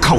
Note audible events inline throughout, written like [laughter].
球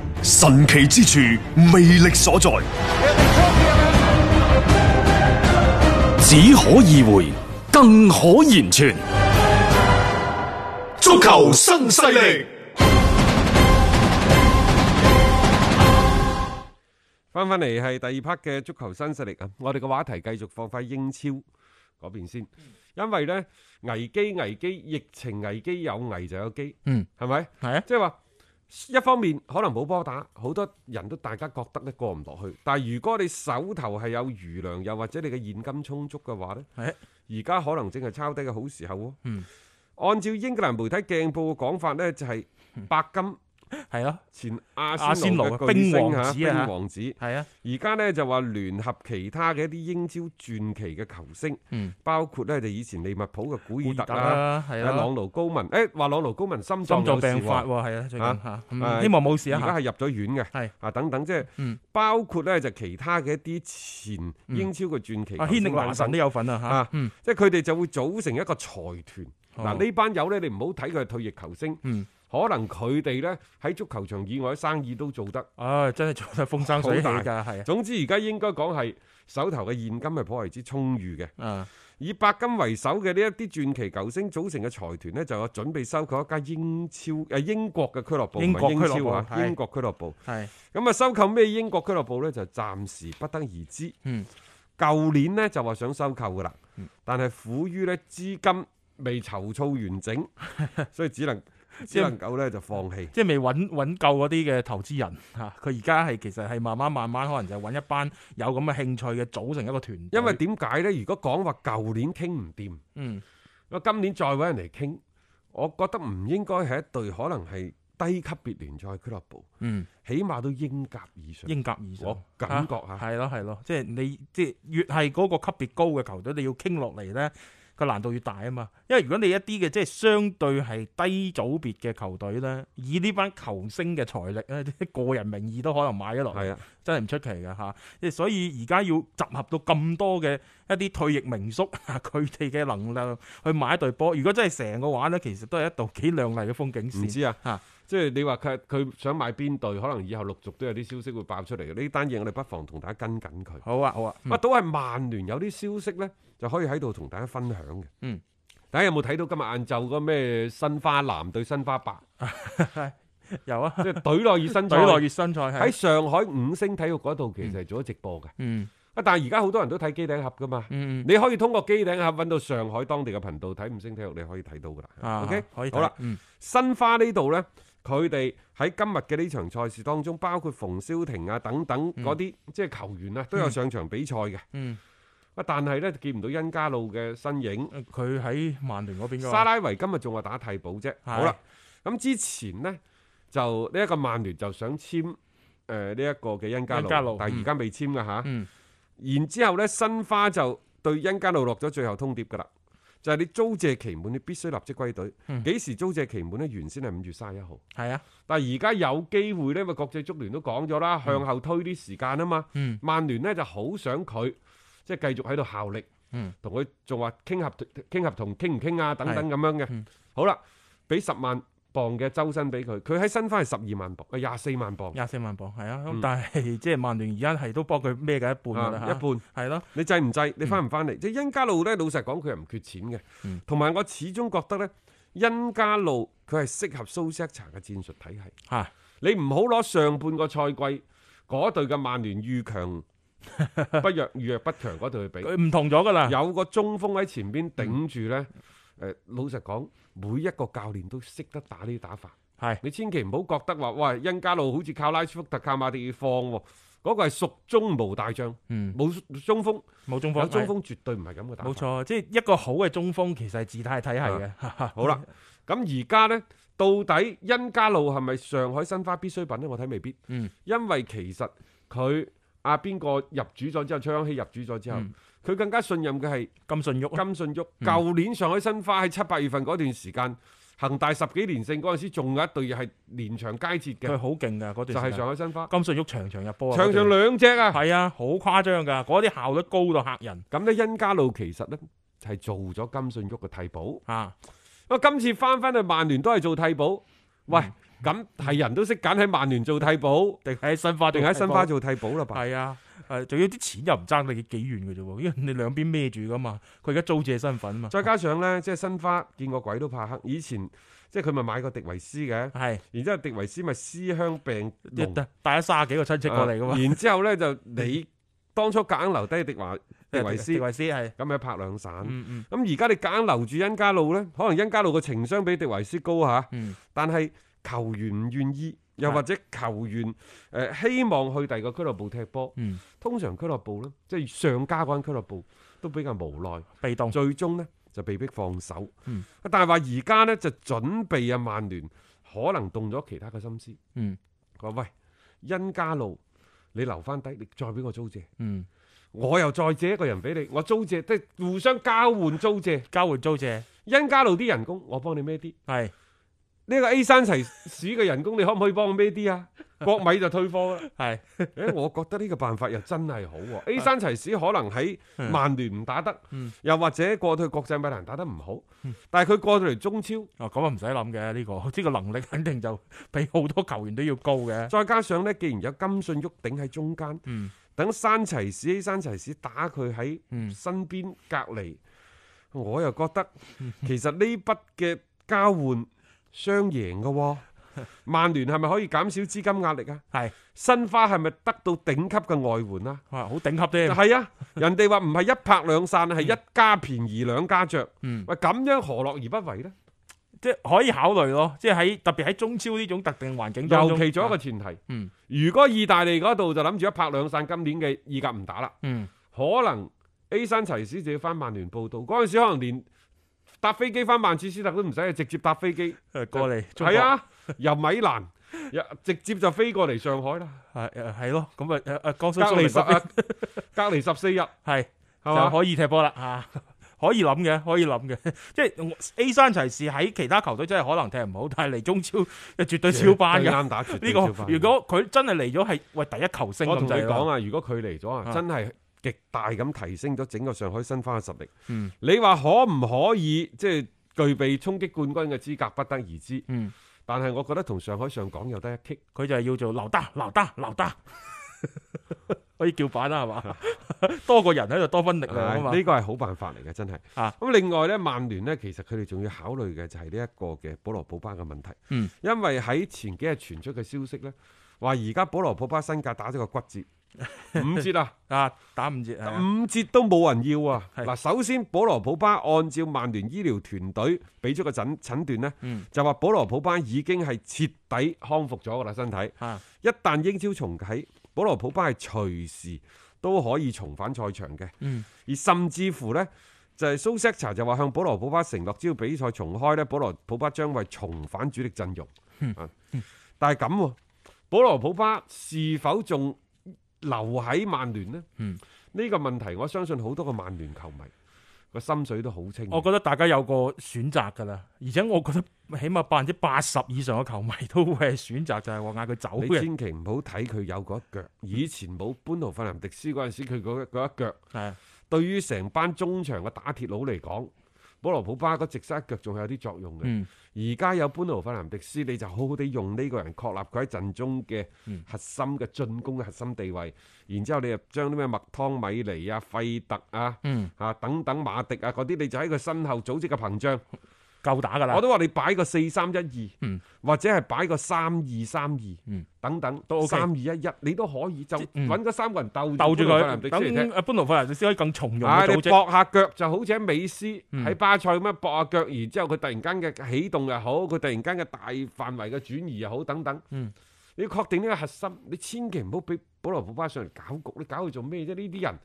神奇之處，魅力所在，只可意會，更可言傳。足球新勢力，翻翻嚟係第二 part 嘅足球新勢力啊！我哋嘅話題繼續放翻英超嗰邊先，因為呢危機危機，疫情危機有危就有機，嗯，係咪？係啊，即係話一方面可能冇波打，好多人都大家覺得咧過唔落去，但係如果你手頭係有餘糧，又或者你嘅現金充足嘅話呢，係而家可能正係抄低嘅好時候喎。嗯按照英格蘭媒體鏡報嘅講法呢，就係、嗯白金係咯，前阿阿仙仙奴奴嘅嘅巨冰王星嚇子啊冰嚇王子。係啊，而家呢，就話聯合其他嘅一啲英超傳奇嘅球星，嗯包括呢就以前利物浦嘅古爾特特啦、啦，係啦，啊朗奴高文，誒話朗奴高文心心臟有臟事病發喎，喎，係啊，最近啊嚇，誒嗯希望冇事而啊家嚇，係入咗院嘅，係啊等等，即係嗯包括呢就其他嘅一啲前嗯英超嘅傳奇阿球軒星力等等，男神都有份啊啊嚇，嗯，即係佢哋就會組成一個財團。好嗱呢班友呢，你唔好睇佢係退役球星，哦嗯可能佢哋呢喺足球場以外生意都做得。唉，真係做得風生水起㗎，係總之而家應該講係手頭嘅現金係頗為之充裕嘅。啊，啊，以白金為首嘅呢一啲傳奇球星組成嘅財團呢，就有準備收購一間英超誒英國嘅俱樂部，英國唔係英超啊俱樂部係英國俱樂部。係，咁啊，收購咩英國俱樂部呢？就暫時不得而知。嗯，舊年呢，就話想收購噶啦，但係苦於呢資金未籌措 [laughs] 完整，所以只能只能夠呢就放棄。即係未揾揾夠嗰啲嘅投資人嚇，佢而家係其實係慢慢慢慢可能就揾一班有咁嘅興趣嘅組成一個團隊，因為點解呢？如果講話舊年傾唔掂，嗯我今年再揾人嚟傾，我覺得唔應該係一隊可能係低級別聯賽俱樂部。嗯起碼都英甲以上。英甲以上。我感啊覺嚇，係咯係咯，即係你即係越係嗰個級別高嘅球隊，你要傾落嚟咧個難度越大啊嘛。因為如果你一啲嘅即係相對係低組別嘅球隊咧，以呢班球星嘅財力咧，即係個人名義都可能買咗落嚟，係啊，真係唔出奇嘅嚇。即係所以而家要集合到咁多嘅一啲退役名宿 [laughs] 佢哋嘅能量去買一隊波，如果真係成嘅話咧，其實都係一道幾亮麗嘅風景唔線。知啊嚇，即係你話佢佢想買邊隊，可能以後陸續都有啲消息會爆出嚟嘅。呢單嘢我哋不妨同大家跟緊佢。好啊好啊，啊，都係曼聯有啲消息呢，就可以喺度同大家分享嘅。嗯，大家有冇睇到今日晏晝嗰咩申花藍對申花白，有 [laughs] 啊，即係隊內熱 [laughs] 身賽隊內熱身賽喺係，上海五星體育嗰度其實係做咗直播嘅。嗯啊，但係而家好多人都睇機頂盒噶嘛。嗯。你可以通過機頂盒揾到上海當地嘅頻道睇五星體育，你可以睇到噶啦。啊 OK，可以睇好啦。嗯申花呢度呢，佢哋喺今日嘅呢場賽事當中，包括馮瀟霆啊等等嗰啲、即係球員啊，都有上場比賽嘅。嗯，啊，但係呢，見唔到恩加路嘅身影，呃佢喺曼聯嗰邊嘅啊沙拉維今日仲話打替補啫。好啦，咁之前呢，就呢一個曼聯就想簽呃誒呢一個嘅恩加路，恩加路但係而家未簽㗎吓。嗯然之後呢，申花就對恩加路落咗最後通牒㗎啦。就係你租借期滿，你必須立即歸隊。嗯幾、時租借期滿呢？原先係五月三十一號。係啊，但係而家有機會呢，因為國際足聯都講咗啦，向後推啲時間啊嘛。嗯曼聯呢就好想佢即係繼續喺度效力，嗯同佢仲話傾合傾合同傾唔傾啊等等係咁樣嘅。嗯好啦，俾十萬磅嘅周薪俾佢，佢喺新翻係十二萬磅，廿四萬磅，廿四萬磅係啊，咁、嗯但係即係曼聯而家係都幫佢孭嘅一半㗎啦啊嚇，一半。係咯，你制唔制？你翻唔翻嚟？即係恩加路呢，老實講佢又唔缺錢嘅嗯，同埋我始終覺得呢，恩加路佢係適合蘇斯克查嘅戰術體系。嚇你唔好攞上半個賽季嗰隊嘅曼聯 [laughs] 遇強不弱、遇弱不強嗰隊去比，佢唔同咗㗎啦，有個中鋒喺前邊頂住呢。誒、老實講，每一個教練都識得打呢啲打法。係你千祈唔好覺得話，喂，恩加路好似靠拉舒福特、靠馬蒂爾放喎、嗰、個係蜀中無大將，嗯冇中鋒，冇中鋒，有中係鋒絕啊對唔係咁嘅打 [laughs] 法。冇錯，即係一個好嘅中鋒其實係自帶體系嘅，好啦，咁而家呢，到底恩加路係咪上海申花必需品呢？我睇未必，嗯因為其實佢阿邊個入主咗之後，崔康熙入主咗之後，佢嗯、更加信任嘅係金信玉啊，金信煜。嗯舊年上海申花喺七八月份嗰段時間，恒大十幾連勝嗰陣時，仲有一隊係連場皆捷佢嘅，好勁噶嗰就段係時上間，海申花，金信玉場場入波啊，場上兩隻啊！係啊，好誇張噶，嗰啲效率高到嚇人咁呢，恩加路其實呢，就係做咗金信煜嘅替補。啊！啊，今次翻翻去曼聯都係做替補，喂，嗯咁係人都識揀喺曼聯做替補，定喺申花，定喺申花。做替補啦吧？係啊，誒，仲要啲錢又唔爭你幾遠嘅啫喎，因為你兩邊孭住噶嘛，佢而家租借身份嘛，再加上呢，即係申花見過鬼都怕黑，以前即係佢咪買過迪維斯嘅，係然之後迪維斯咪思鄉病濃帶帶咗卅幾個親戚過嚟噶嘛啊，然之後呢，就你當初夾硬留低迪華迪維斯，迪咁維斯係，咪拍兩散。嗯嗯咁而家你夾硬留住恩加路呢，可能恩加路個情商比迪維斯高嚇，嗯，但係球員唔願意，又係或者球員誒、呃希望去第二個俱樂部踢波。嗯，通常俱樂部呢，即係上家嗰間俱樂部都比較無奈，被動，最終呢就被逼放手。哦嗯但係話而家呢，就準備啊，曼聯可能動咗其他嘅心思。嗯佢話喂，恩加路你留翻低，你再俾我租借，嗯，我又再借一個人俾你，我租借即係互相交換租借。交換租借恩加路啲人工我幫你孭啲，係呢、個 A 山齊市嘅人工你可唔可以幫我孭啲啊？ [laughs] 國米就退貨 [laughs] 啦。係誒，我覺得呢個辦法又真係好喎、A 山齊士可能喺曼聯唔打得，嗯又或者過到去國際米蘭打得唔好，但係佢過到嚟中超，哦，咁啊唔使諗嘅呢個，呢個能力 [laughs] 肯定就比好多球員都要高嘅，再加上呢，既然有金信煜頂喺中間，嗯等山齊士 A 山齊士打佢喺嗯身邊隔離，我又覺 [laughs] 得其實呢筆嘅交換雙贏嘅 [laughs] 喎、曼聯係咪可以減少資金壓力啊？係申花係咪得到頂級嘅外援啊？哇，好頂級添，係啊，人哋話唔係一拍兩散，啊係一家便宜兩家着。嗯，喂，咁樣何樂而不為呢？即係可以考慮咯，即係喺特別喺中超呢種特定環境當尤中，其仲有一個前提，嗯如果意大利嗰度就諗住一拍兩散，今年嘅意甲唔打啦，嗯可能 A 山齊斯就要翻曼聯報道，嗰陣時可能連搭飛機翻曼徹斯特都唔使，直接搭飛機誒過嚟中國係啊，由米蘭又直接就飛過嚟上海啦， [laughs] 係誒係咯，咁啊誒誒江蘇隔蘇寧離十嗰邊啊 [laughs] 隔離十四日係係就嘛？可以踢波啦啊嚇。啊 [laughs] 可以諗嘅，可以諗嘅， [laughs] 即係 A 山齊士喺其他球隊真係可能踢唔好，但係嚟中超 [laughs] 就絕對超班嘅。啱打 [laughs] 絕呢對個超班如果佢真係嚟咗係喂第一球星我同咁你滯啦講啊，如果佢嚟咗啊，啊真係極大咁提升咗整個上海申花嘅實力。嗯你話可唔可以即係具備衝擊冠軍嘅資格，不得而知。嗯，但係我覺得同上海上港有得一棘。佢就係要做留單、留單、留單， [laughs] 可以叫板啊啦，係嘛？ [laughs] 多個人喺度多分力量啊呢嘛個。係好辦法嚟嘅，真係。啊咁另外呢，曼聯呢，其實佢哋仲要考慮嘅就係呢一個嘅保羅普巴嘅問題。嗯因為喺前幾日傳出嘅消息呢，話而家保羅普巴身價打咗個骨 [laughs] 折，五折啊！啊，打五折啊，五折都冇人要啊！係嗱，首先保羅普巴按照曼聯醫療團隊俾咗個診診斷呢，嗯就話保羅普巴已經係徹底康復咗噶啦身體。啊一旦英超重啟，保羅普巴係隨時都可以重返賽場嘅。嗯而甚至乎呢，就係蘇塞查就話向保羅普巴承諾，只要比賽重開呢，保羅普巴將會重返主力陣容。嗯啊但係咁喎，保羅普巴是否仲留喺曼聯呢？嗯呢個問題，我相信好多個曼聯球迷個心水都好清。我覺得大家有個選擇㗎啦，而且我覺得起碼百分之八十以上嘅球迷都會係選擇就係我嗌佢走你嘅，千祈唔好睇佢有嗰一腳，以前冇班奴費南迪斯嗰陣時，佢嗰嗰一腳。係啊對於成班中場嘅打鐵佬嚟講，保羅普巴嗰直塞一腳仲係有啲作用嘅。嗯而家有班奴費南迪斯，你就好好地用呢個人確立佢喺陣中嘅嗯核心嘅進攻嘅核心地位，然之後你又將啲咩麥湯米尼啊、費特啊、嗯啊等等馬迪啊嗰啲，你就喺佢身後組織嘅膨脹。夠打㗎啦我。都話你擺個四三一嗯二，或者係擺個三二三二嗯，等等都 OK 三二一一，你都可以就嗯揾嗰三個人鬥鬥住班奴費南迪佢，斯嚟踢等阿班奴費南迪斯可以更從容嘅唉組你織。搏下腳就好似喺美斯嗯喺巴塞咁樣搏下腳，然之後佢突然間嘅起動又好，佢突然間嘅大範圍嘅轉移又好，等等。嗯你要確定呢個核心，你千祈唔好俾保羅普巴上嚟搞局，你搞佢做咩啫？呢啲人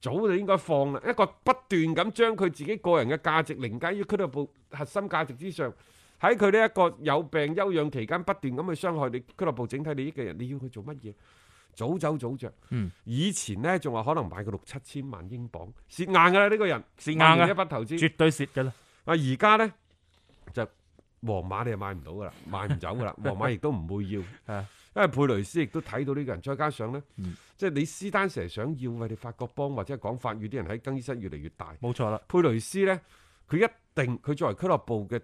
早就應該放啦，一個不斷咁將佢自己個人嘅價值凌駕於俱樂部核心價值之上，喺佢呢一個有病休養期間不斷咁去傷害你俱樂部整體利益嘅人，你要佢做乜嘢？早走早着。嗯以前呢，仲話可能買個六七千萬英鎊，蝕硬㗎啦呢個人，蝕硬啊曼聯㗎一筆投資。絕對蝕㗎啦。啊，而家咧就皇馬你係買唔到噶啦，買唔走 [laughs] 噶啦，皇馬亦都唔會要啊，因為佩雷斯亦都睇到呢個人，再加上咧，嗯即係你斯丹成日想要，喂，你法國幫或者係講法語啲人喺更衣室越嚟越大，冇錯啦，佩雷斯咧佢一定佢作為俱樂部嘅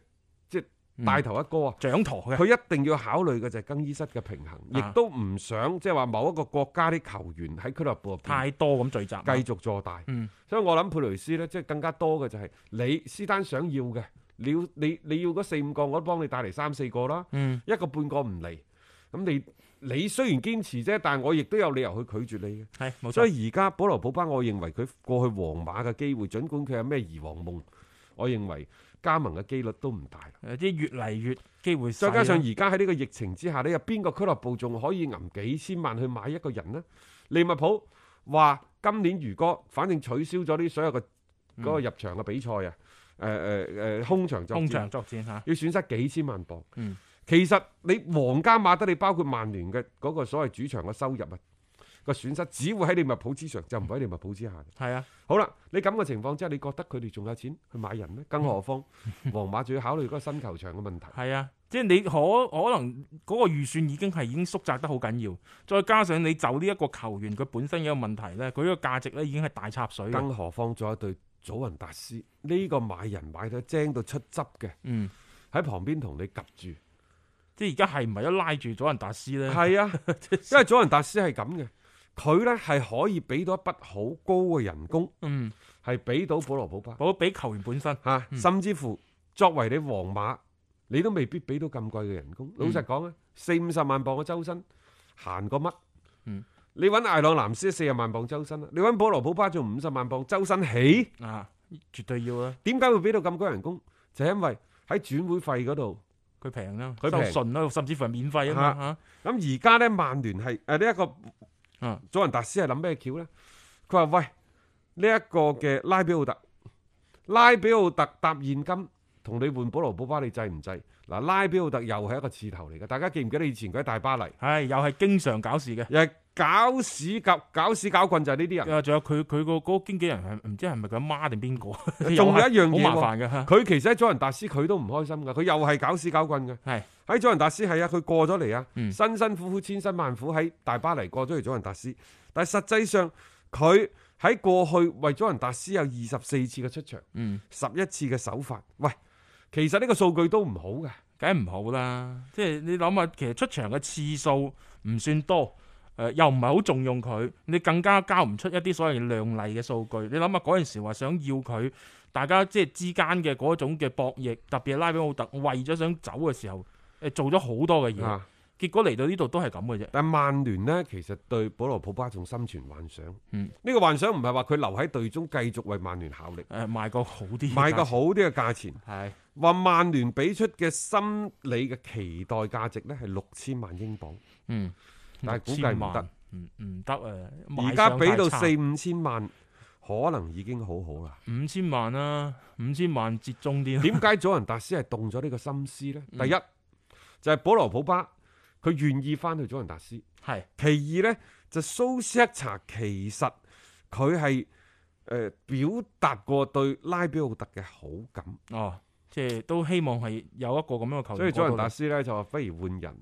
即係帶頭一哥啊。嗯掌舵嘅。佢一定要考慮嘅就係更衣室嘅平衡，亦啊都唔想即係話某一個國家啲球員喺俱樂部入邊太多咁聚集，繼續做大。嗯所以我諗佩雷斯呢，即係更加多嘅就係你斯丹想要嘅，你要你你要嗰四五個，我都幫你帶嚟三四個啦，嗯一個半個唔嚟，咁你你雖然堅持啫，但我亦都有理由去拒絕你嘅。係冇所錯，以而家保羅普巴，我認為佢過去皇馬嘅機會，儘管佢有咩兒皇夢，我認為加盟嘅機率都唔大啦。誒即係越嚟越機會啊細再啦。加上而家喺呢個疫情之下，你有邊個俱樂部仲可以揞幾千萬去買一個人呢？利物浦話今年如果反正取消咗啲所有嘅嗯嗰個入場嘅比賽啊，誒誒誒空場作戰空場作戰嚇，要損失幾千萬磅。嗯其實你皇家馬德里包括曼聯嘅嗰個所謂主場嘅收入啊，個損失只會喺利物浦之上，就唔會喺利物浦之下嘅。係啊，好啦，你咁嘅情況之下，你覺得佢哋仲有錢去買人咩？更何 [laughs] 況皇馬仲要考慮嗰個新球場嘅問題。係啊，即係你可可能嗰個預算已經係已經縮窄得好緊要，再加上你就呢一個球員佢本身嘅問題咧，佢個價值咧已經係大插水嘅。更何況仲有一對祖雲達斯呢、個買人買到精到出汁嘅，嗯，喺旁邊同你 [laughs] 及住。即係而家係唔係一拉住佐仁達斯咧？係啊，因為祖雲達斯係咁嘅，佢呢係可以俾到一筆好高嘅人工，嗯，係俾到保羅普巴好俾球員本身嚇、甚至乎作為你皇馬，你都未必俾到咁貴嘅人嗯工。老實講啊，四五十萬磅嘅周薪，閒過乜？嗯你揾艾朗藍斯四十萬磅周薪啊，你揾保羅普巴做五十萬磅周薪起？啊，絕對要啦，點解會俾到咁高人工？就係因為喺轉會費嗰度。佢平啊啦，佢收平順啦，甚至乎係免費啊嘛咁而家咧，曼聯係誒呢一個嚇。啊，祖雲達斯係諗咩橋咧？佢話喂，呢、一個嘅拉比奧特，拉比奧特搭現金同你換保羅保巴，你制唔制？嗱，拉比奧特又係一個刺頭嚟嘅，大家記唔記得以前佢喺大巴黎係又係經常搞事嘅。又係搞屎搞搞屎搞棍就係呢啲人。啊，仲有佢佢個嗰個經紀人係唔知係咪佢阿媽定邊 [laughs] 個？仲有一樣嘢好麻煩 [laughs] 嘅嚇，佢其實喺祖雲達斯佢都唔開心㗎，佢又係搞屎搞棍嘅。係喺祖雲達斯係啊，佢過咗嚟啊，嗯辛辛苦苦千辛萬苦喺大巴黎過咗嚟祖雲達斯，但係實際上佢喺過去為祖雲達斯有二十四次嘅出場，嗯，十一次嘅首發。喂，其實呢個數據都唔好嘅，梗係唔好啦。即係你諗下，其實出場嘅次數唔算多，誒、又唔係好重用佢，你更加交唔出一啲所謂亮麗嘅數據。你諗下嗰陣時話想要佢，大家即係之間嘅嗰種嘅博弈，特別係拉比奧特為咗想走嘅時候，誒做咗好多嘅嘢，啊！結果嚟到呢度都係咁嘅啫。但曼聯呢，其實對保羅普巴仲心存幻想。嗯呢個幻想唔係話佢留喺隊中繼續為曼 [laughs] 聯效力，誒、賣個呃好啲嘅價錢，買個好啲嘅價錢。係話曼聯俾出嘅心理嘅期待價值呢係六千萬英鎊，嗯，但係估計唔6000得萬。唔唔得啊！而家俾到賣相太差四五千萬，可能已經好好 [laughs] 啦。五千萬啦、五千萬折中啲啦。點解祖雲達斯係動咗呢個心思呢？嗯第一就係保羅普巴，佢願意翻去祖雲達斯；係其二呢，就蘇斯克查其實佢係誒表達過對拉比奧特嘅好感，哦，即係都希望係有一個咁樣嘅球員過到嚟。所以祖雲達斯呢，就話不如換人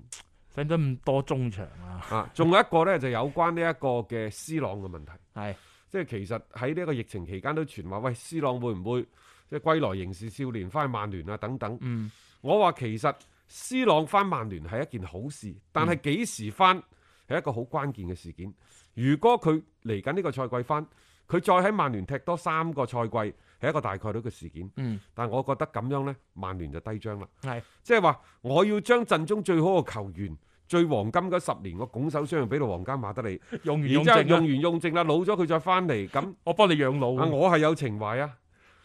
使唔使咁多中場啊？啊。仲有一個呢，就有關呢一個嘅斯朗嘅問題。係即係其實喺呢一個疫情期間都傳話，喂，斯朗會唔會即係歸來仍是少年，翻去曼聯啊等等。嗯我話其實斯朗翻曼聯係一件好事，但嗯係幾時翻係一個好關鍵嘅事件。如果佢嚟緊呢個賽季翻，佢再喺曼聯踢多三個賽季係一個大概率嘅事件。嗯但我覺得咁樣呢，曼聯就低張啦。係即係話我要將陣中最好嘅球員、最黃金嗰十年，我拱手相讓俾到皇家馬德里，用完然用之後剩用啦完，用淨啦，老咗佢再翻嚟咁。我幫你養老啊。啊，我係有情懷啊，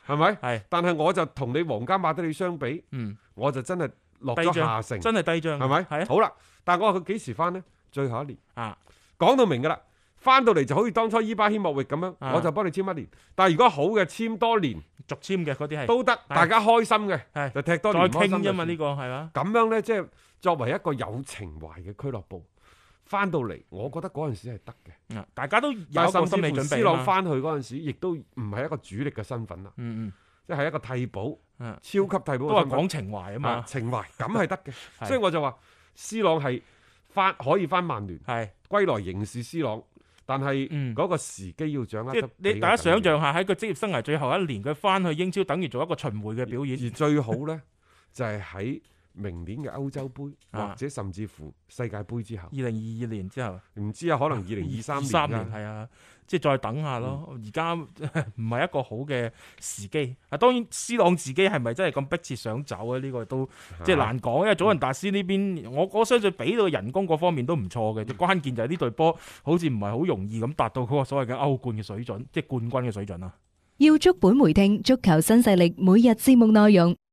係咪？係但係我就同你皇家馬德里相比，嗯我就真係落低咗張，下乘，真係低張，係咪？係啊好啦，但係我話佢幾時翻呢？最後一年啊講到明㗎啦，翻到嚟就好似當初伊巴謙莫域咁樣，啊我就幫你簽一年。但係如果好嘅，簽多年續簽嘅嗰啲係都得，大家開心嘅係就踢多再年傾開心啫嘛，呢就個係嘛？算咁樣呢，即係作為一個有情懷嘅俱樂部，翻到嚟，我覺得嗰陣時係得嘅。啊大家都有但一係個心甚至理乎準 C 備啊朗嘛。翻去嗰陣時，亦都唔係一個主力嘅身份啊啦，嗯嗯即係一個替補、嗯，超級替補都嘅係身份講情懷啊啊嘛，情懷，咁係得嘅。 [laughs] 係所以我就話，C 朗係翻可以翻曼聯，係歸來仍是 C 朗，但係嗯嗰個時機要掌握即得係你比較大家想緊要象下喺佢職業生涯最後一年，佢翻去英超，等於做一個巡迴嘅表演。而最好呢， [laughs] 就係喺明年嘅歐洲杯，啊或者甚至乎世界盃之後，二零二二年之後，唔知啊，[laughs] 可能二零二三年嗯三啊年係啊，即係再等下咯。而家唔係一個好嘅時機。啊，當然斯朗自己係咪真係咁迫切想走啊？呢、個都即係難講，因為祖雲達斯呢邊，我我相信俾到嘅人工各方面都唔錯嘅。關鍵就係呢隊波好似唔係好容易咁達到嗰個所謂嘅歐冠嘅水準，即係冠軍嘅水準啊。要足本回聽足球新勢力每日節目內容，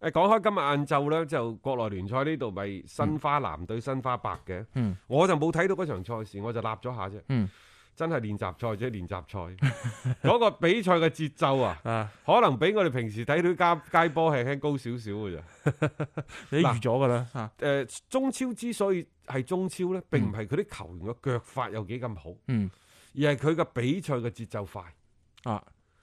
誒講開今日晏晝呢，就國內聯賽呢度咪申花藍對申花白嘅，嗯我就冇睇到嗰場賽事，我就立咗下啫。嗯真係練習賽啫，練習賽 [laughs] 嗰個比賽嘅節奏啊，啊，可能比我哋平時睇到街街波輕輕高少少嘅咋。誒、你預咗㗎啦啊嚇。中超之所以係中超呢，並唔係佢啲球員嘅腳法有幾咁好，嗯而係佢嘅比賽嘅節奏快。啊，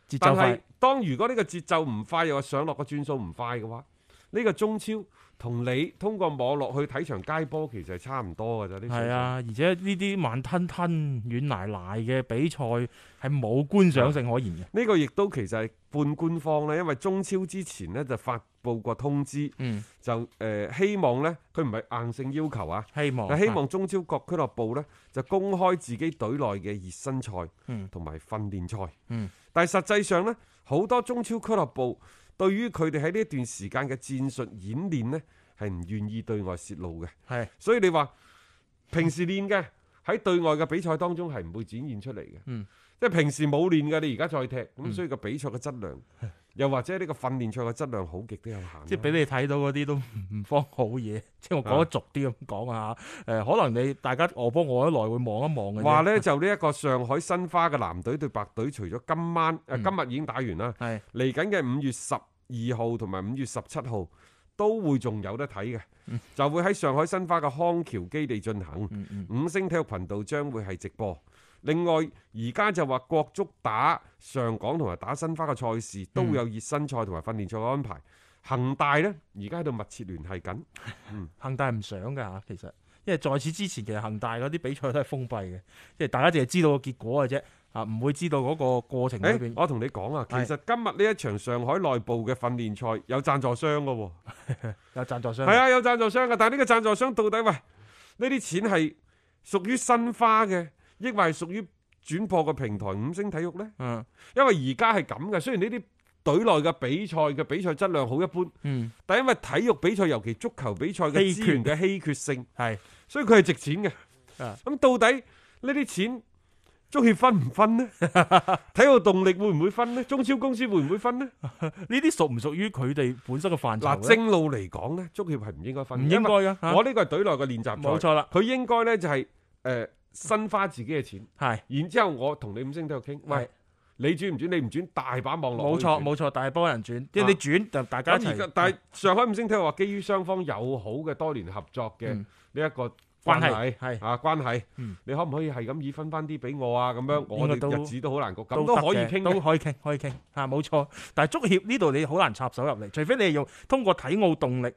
節但奏快係。當如果呢個節奏唔快，又話上落個轉數唔快嘅話，呢、個中超同你通過網絡去睇場街波，其實係差唔多嘅咋。呢水係準啊，而且呢啲慢吞吞、軟奶奶嘅比賽係冇觀啊賞性可言嘅。呢個亦都其實係半官方咧，因為中超之前呢就發布過通知，嗯，就誒、呃希望呢，佢唔係硬性要求啊，希望係希望中超各俱樂部呢就公開自己隊內嘅熱身賽嗯同埋訓練賽。嗯但係實際上呢，好多中超俱樂部對於佢哋喺呢一段時間嘅戰術演練呢，係唔願意對外泄露嘅。係所以你話平時練嘅喺對外嘅比賽當中係唔會展現出嚟嘅，嗯即係平時冇練嘅，你而家再踢，咁、所以個比賽嘅質量，又或者呢個訓練賽嘅質量好極都有限啦。即係俾你睇到嗰啲都唔方好嘢。即係我講得俗啲咁講啊，誒，可能你大家我幫我一來會望一望嘅啫。嗯話呢，就呢一個上海申花嘅藍隊對白隊，除咗今晚誒、呃嗯今日已經打完啦，係嚟緊嘅五月十二號同埋五月十七號都會仲有得睇嘅，就會喺上海申花嘅康橋基地進行。嗯嗯五星體育頻道將會係直播。另外，而家就話國足打上港同埋打申花嘅賽事都會有熱身賽同埋訓練賽嘅安排。恒大呢，而家喺度密切聯繫緊。恒大唔想㗎嚇，其實，因為在此之前其實恒大嗰啲比賽都係封閉嘅，即係大家淨係知道個結果嘅啫，啊，唔會知道嗰個過程裏誒、邊。我同你講啊，其係實今日呢一場上海內部嘅訓練賽有贊助商嘅喎，有贊助商係啊，有贊助商嘅。但係呢個贊助商到底喂呢啲錢係屬於申花嘅，抑或係屬於轉播嘅平台五星體育呢？嗯因為而家係咁嘅，雖然呢啲隊內嘅比賽嘅比賽質量好一般。嗯但因為體育比賽，尤其足球比賽嘅稀資源嘅稀缺性，係所以佢係值錢嘅。啊咁到底呢啲錢足協分 [laughs] 唔分呢？體育動力會唔會分呢？中超公司會唔會分呢？呢啲屬唔屬於佢哋本身嘅範疇嗱，咧？正路嚟講呢，足協係唔應該分，唔應該因為㗎嚇我呢個係隊內嘅練習賽，冇錯啦佢應該呢就係誒申花自己嘅錢，係。然之後我同你五星體育傾，喂係，你轉唔轉？你唔轉，大把網絡冇可以錯轉冇錯，大波人轉，即係啊你轉就大家一咁而齊家，。但係上海五星體育話，基於雙方友好嘅多年合作嘅呢嗯一個關關係係，係啊關係嗯，你可唔可以係咁以分翻啲俾我啊？咁樣我應該都哋日子都好難過，咁都得可以嘅傾都嘅。可以傾，可以傾嚇，冇錯。但係足協呢度你好難插手入嚟，除非你係用通過體奧動力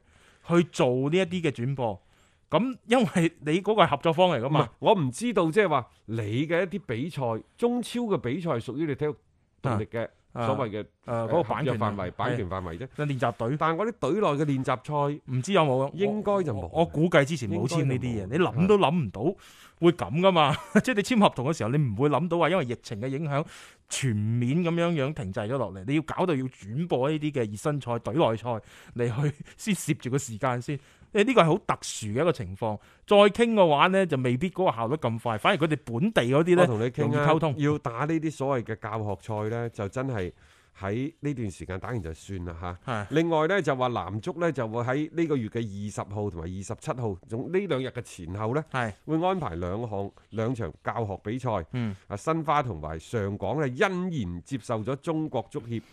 去做呢一啲嘅轉播。 [laughs] 咁因為你嗰個係合作方嚟噶唔係嘛，，啊我唔知道，即係話你嘅一啲比賽，中超嘅比賽係屬於你體育動力嘅啊所謂嘅誒嗰誒個版權合約範圍、版係權範圍啫。練習隊但係我啲隊內嘅練習賽，唔知有冇？我應該就冇我我估計之前冇簽呢啲嘢，應該你就冇諗都諗唔到會咁噶 [laughs] 嘛？即係你簽合同嘅時候，你唔會諗到話因為疫情嘅影響全面咁樣樣停滯咗落嚟，你要搞到要轉播呢啲嘅熱身賽、隊內賽嚟去先攝住個時間先。誒呢個係好特殊嘅一個情況。再傾嘅話呢，就未必嗰個效率咁快，反而佢哋本地嗰啲我呢，同你容傾易啊，溝通要打呢啲所謂嘅教學賽呢，就真係喺呢段時間打完就算啦嚇。係另外呢，就話男足呢，就會喺呢個月嘅二十號同埋二十七號，總呢兩日嘅前後呢，係會安排兩項兩場教學比賽。嗯啊，申花同埋上港呢，欣然接受咗中國足 [laughs] 協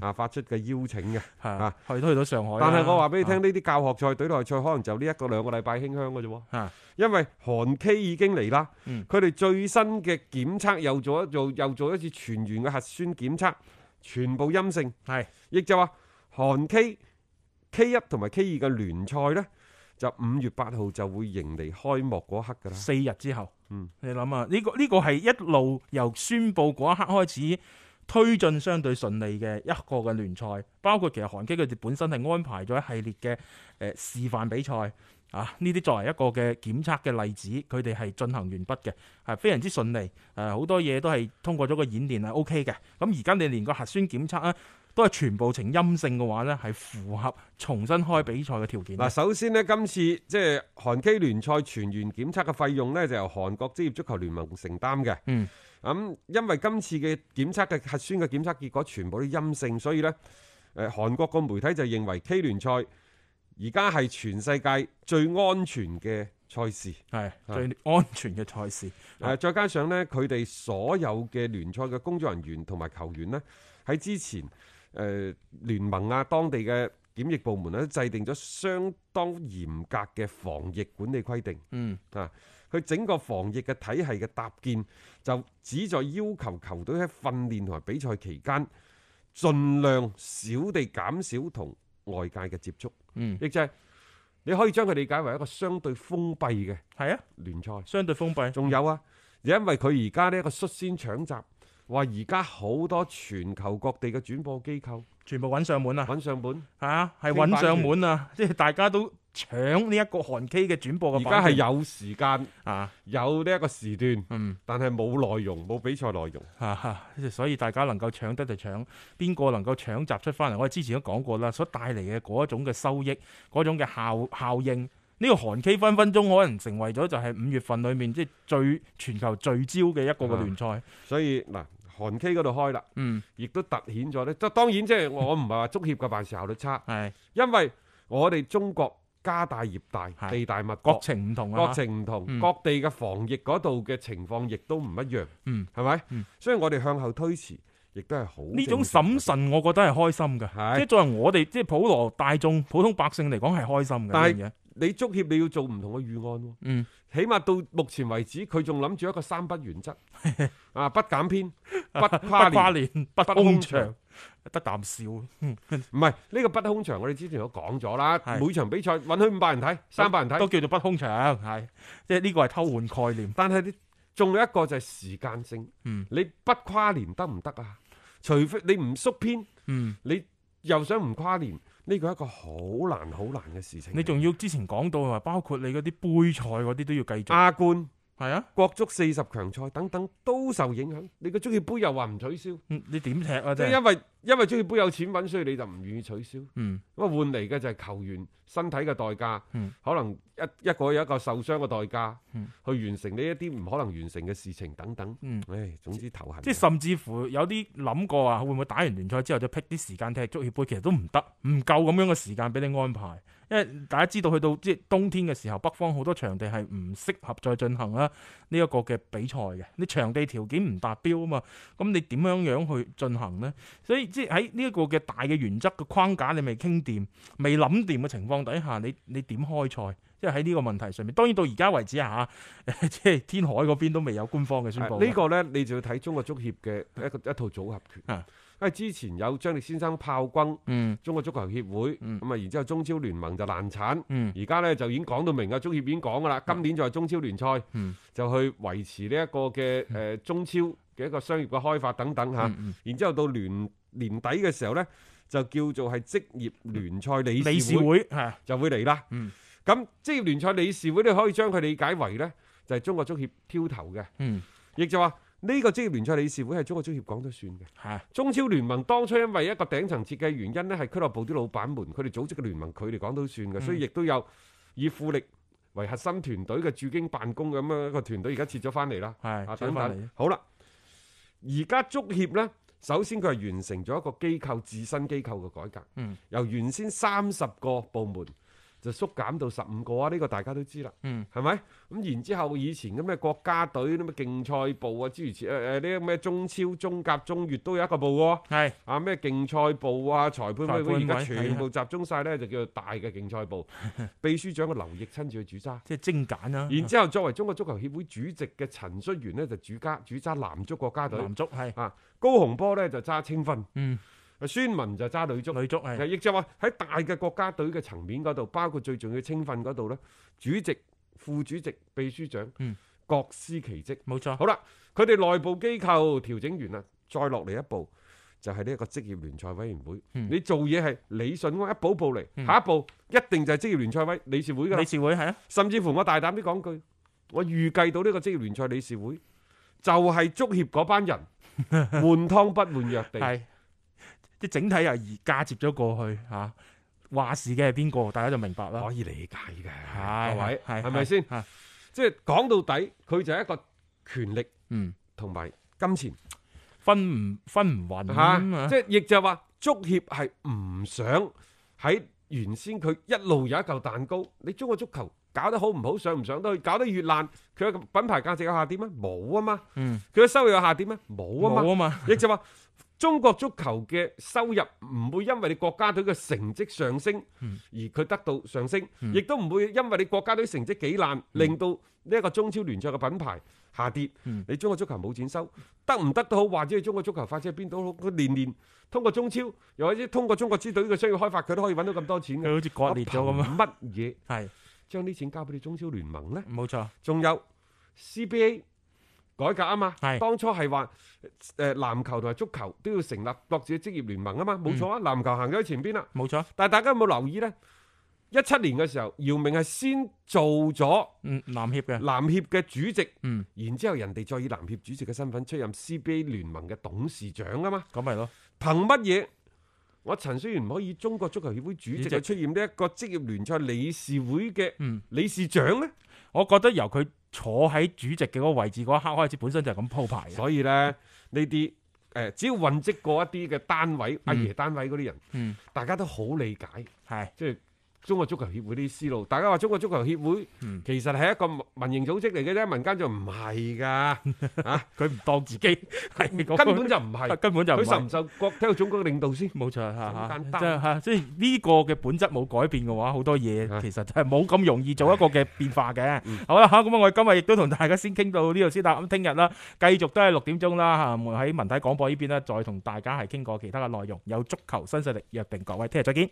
啊發出嘅邀請嘅。係啊去都去到上海啦。但係我話俾你聽，啊，呢啲教學賽、隊內賽可能就呢一個兩個禮拜興香嘅啫喎啊。因為韓 K 已經嚟啦，嗯佢哋最新嘅檢測又做一做又做一次全員嘅核酸檢測，全部陰性。係亦就話韓 K K 一同埋 K 二嘅聯賽呢，就五月八號就會迎嚟開幕嗰刻㗎啦。四日之後，嗯你諗下呢個呢、個係一路由宣布嗰一刻開始推進相對順利嘅一個嘅聯賽，包括其實韓基佢哋本身係安排咗一系列嘅誒、呃示範比賽。啊！呢啲作為一個嘅檢測嘅例子，佢哋係進行完畢嘅，係非常之順利。誒、啊好多嘢都係通過咗個演練係 O K 嘅。咁而家你連個核酸檢測咧啊都係全部呈陰性嘅話呢係符合重新開比賽嘅條件。嗱，首先呢，今次即係韓 K 聯賽全員檢測嘅費用呢，就由韓國職業足球聯盟承擔嘅。嗯咁、因為今次嘅檢測嘅核酸嘅檢測結果全部都陰性，所以呢，誒、呃韓國個媒體就認為 K 聯賽而家係全世界最安全嘅賽事。係啊最安全嘅賽事。誒、再加上呢，佢哋所有嘅聯賽嘅工作人員同埋球員呢，喺之前誒、呃、聯盟啊、當地嘅檢疫部門呢，制定咗相當嚴格嘅防疫管理規定。嗯。啊，佢整個防疫嘅體系嘅搭建，就旨在要求球隊喺訓練同埋比賽期間，盡量少地減少同外界嘅接觸。嗯亦就係你可以將佢理解為一個相對封閉嘅係啊，聯賽。相對封閉。仲有啊，因為佢而家呢一個率先搶閘，話而家好多全球各地嘅轉播機構全部揾上門啊，揾上門，係啊，係傾版揾上門啊，即係大家都搶呢一個韓 K 嘅轉播而嘅家版權。係有時間啊，有呢一個時段，嗯，但係冇內容，冇比賽內容。哈啊哈所以大家能夠搶得就搶，邊個能夠搶集出翻嚟？我哋之前都講過啦，所帶嚟嘅嗰一種嘅收益，嗰種嘅效效應。呢個韓 K 分分鐘可能成為咗就係五月份裏面即係最全球聚焦嘅一個啊嘅聯賽，所以嗱，韓 K 嗰度開啦，嗯，亦都突顯咗呢。即係當然即係我我唔係話足協嘅辦事效率差，係因為我哋中國家大業大，係地大物國博，情唔同啊，國情唔同，嗯各地嘅防疫嗰度嘅情況亦都唔一樣，嗯，係咪？嗯所以我哋向後推遲，亦都係好呢種正常嘅審。慎，我覺得係開心嘅，係即係作為我哋即係普羅大眾、普通百姓嚟講係開心嘅但係呢樣嘢。你足協你要做唔同嘅預案喎，嗯，起碼到目前為止，佢仲諗住一個三不 [laughs] 原則啊，不減偏，不跨不跨年，年，不不空空場場，得啖笑。唔係呢個不空場，我哋之前都講咗啦，係每場比賽允許五百人睇，三百人睇都。叫做不空場，係即係呢個係偷換概念。但係你仲有一個就係時間性，嗯你不跨年得唔得啊？除非你唔縮編，嗯，你又想唔跨年，呢個係一個好難好難嘅事情。你仲要之前講到話，包括你嗰啲杯賽嗰啲都要繼續。亞冠、係啊，國足四十強賽等等都受影響，你個足協杯又話唔取消，嗯你點踢啊？即真係係，因為因為足協杯有錢揾，所以你就唔願意取消。嗯，咁啊換嚟嘅就係球員身體嘅代價，嗯可能一一個有一個受傷嘅代價，嗯去完成呢一啲唔可能完成嘅事情等等。嗯唉，總之頭痕。即係甚至乎有啲諗過啊，會唔會打完聯賽之後就辟啲時間踢足協杯，其實都唔得，唔夠咁樣嘅時間俾你安排。因為大家知道去到即係冬天嘅時候，北方好多場地係唔適合再進行啦呢一個嘅比賽嘅，你場地條件唔達標啊嘛，咁你點樣樣去進行呢？所以即係喺呢一個嘅大嘅原則嘅框架，你未傾掂、未諗掂嘅情況底下，你你點開賽？即係喺呢個問題上面，當然到而家為止啊嚇， [laughs] 即係天海嗰邊都未有官方嘅宣啊佈。呢個呢，你就要睇中國足協嘅一個一套組合拳。啊因為之前有張力先生炮轟嗯中國足球協會，嗯咁啊，然之後中超聯盟就難產。嗯。而家呢，就已經講到明啊，足協已經講噶啦，今年就係中超聯賽，嗯就去維持呢一個嘅誒、呃中超嘅一個商業嘅開發等等嚇。嗯嗯然之後到年年底嘅時候呢，就叫做係職業聯賽理理事事會會係就會嚟啦。嗯咁職業聯賽理事會你可以將佢理解為呢，就係中國足協挑頭嘅，嗯，亦就話呢個職業聯賽理事會係中國足協講得算嘅。係中超聯盟當初因為一個頂層設計原因呢，係俱樂部啲老闆們佢哋組織嘅聯盟，佢哋講都算嘅，所以亦都有以富力為核心團隊嘅駐京辦公咁樣一個團隊，而家撤咗翻嚟啦。係啊，轉等翻嚟等。好啦，而家足協呢，首先佢係完成咗一個機構自身機構嘅改革，嗯由原先三十個部門就縮減到十五個啊，呢、個大家都知啦，嗯係咪？咁然之後以前嘅咩國家隊啲咩競賽部啊，諸如此誒誒呢啲咩中超、中甲、中乙都有一個部喎、係啊咩競賽部啊、裁判委裁判會，委而家全部集中晒呢，就叫做大嘅競賽 [laughs] 部。秘書長嘅劉奕親自去主揸，即係精簡啦。然之後作為中國足球協會主席嘅陳戌源呢，就主家主揸男足國家隊，男足係啊高洪波呢，就揸青訓，嗯啊孫文就揸女足。女足其實係亦就話喺大嘅國家隊嘅層面嗰度，包括最重要青訓嗰度呢，主席、副主席、秘書長，嗯各司其職。冇錯，好啦，佢哋內部機構調整完啦，再落嚟一步就係呢一個職業聯賽委員會。嗯你做嘢係理順安，一步步嚟，嗯下一步一定就係職業聯賽委理事會噶啦理。事會係啊，甚至乎我大膽啲講句，我預計到呢個職業聯賽理事會就係足協嗰 [laughs] 班人換湯不換藥地。係即係整體由而家接咗過去嚇，話事嘅係邊個，大家就明白啦可。以理解嘅，係哦各位係係咪先？係即係講到底，佢就係一個權力嗯，同埋金錢分唔分唔勻吓，咁啊即係亦就係話足協係唔想喺原先佢一路有一嚿蛋糕，你中國足球搞得好唔好，上唔上得去，搞得越爛，佢嘅品牌價值有下跌咩？冇啊嘛，嗯佢嘅收入有下跌咩？冇啊嘛冇。啊嘛，亦就話中國足球嘅收入唔會因為你國家隊嘅成績上升嗯而佢得到上升，亦都唔會因為你國家隊成績幾爛，令到呢一個中超聯賽嘅品牌下跌。嗯你中國足球冇錢收，得唔得都好，或者你中國足球發展喺邊度都好，佢年年通過中超，又或者通過中國之隊嘅商業開發，佢都可以揾到咁多錢佢嘅。好似割裂咗咁啊，我憑乜嘢係將啲錢交俾你中超聯盟呢？冇錯，仲有 CBA 改革啊嘛，係當初係話誒籃球同埋足球都要成立各自嘅職業聯盟啊嗯嘛，冇錯啊，籃球行咗喺前邊啦。冇錯，但係大家有冇留意呢？一七年嘅時候，姚明係先做咗嗯，男協嘅，籃協嘅主席，嗯，然之後人哋再以籃協主席嘅身份出任 CBA 聯盟嘅董事長啊嘛，咁咪咯，憑乜嘢？我陳戌源唔可以以中國足球協會主席主席去出任呢一個職業聯賽理事會嘅嗯理事長呢？我覺得由佢坐喺主席嘅嗰個位置嗰一刻開始，本身就係咁鋪排嘅。所以咧，呢啲誒只要混跡過一啲嘅單位、阿爺單位嗰啲人，嗯，大家都好理解，係即係中國足球協會呢啲思路。大家話中國足球協會嗯其實係一個民營組織嚟嘅啫，民間就唔係㗎，啊佢唔當自己 [laughs] 係嗰個根本就唔係。根本就唔係佢受唔受國體育總局嘅領導先？冇錯嚇咁嚇，簡單即係嚇，即係呢個嘅本質冇改變嘅話，好多嘢啊其實係冇咁容易做一個嘅變化嘅嗯。好啦嚇，咁我哋今日亦都同大家先傾到呢度先啦。咁聽日啦，繼續都係六點鐘啦嚇，我喺文體廣播呢邊啦，再同大家係傾過其他嘅內容，有足球新勢力約定各位，聽日再見。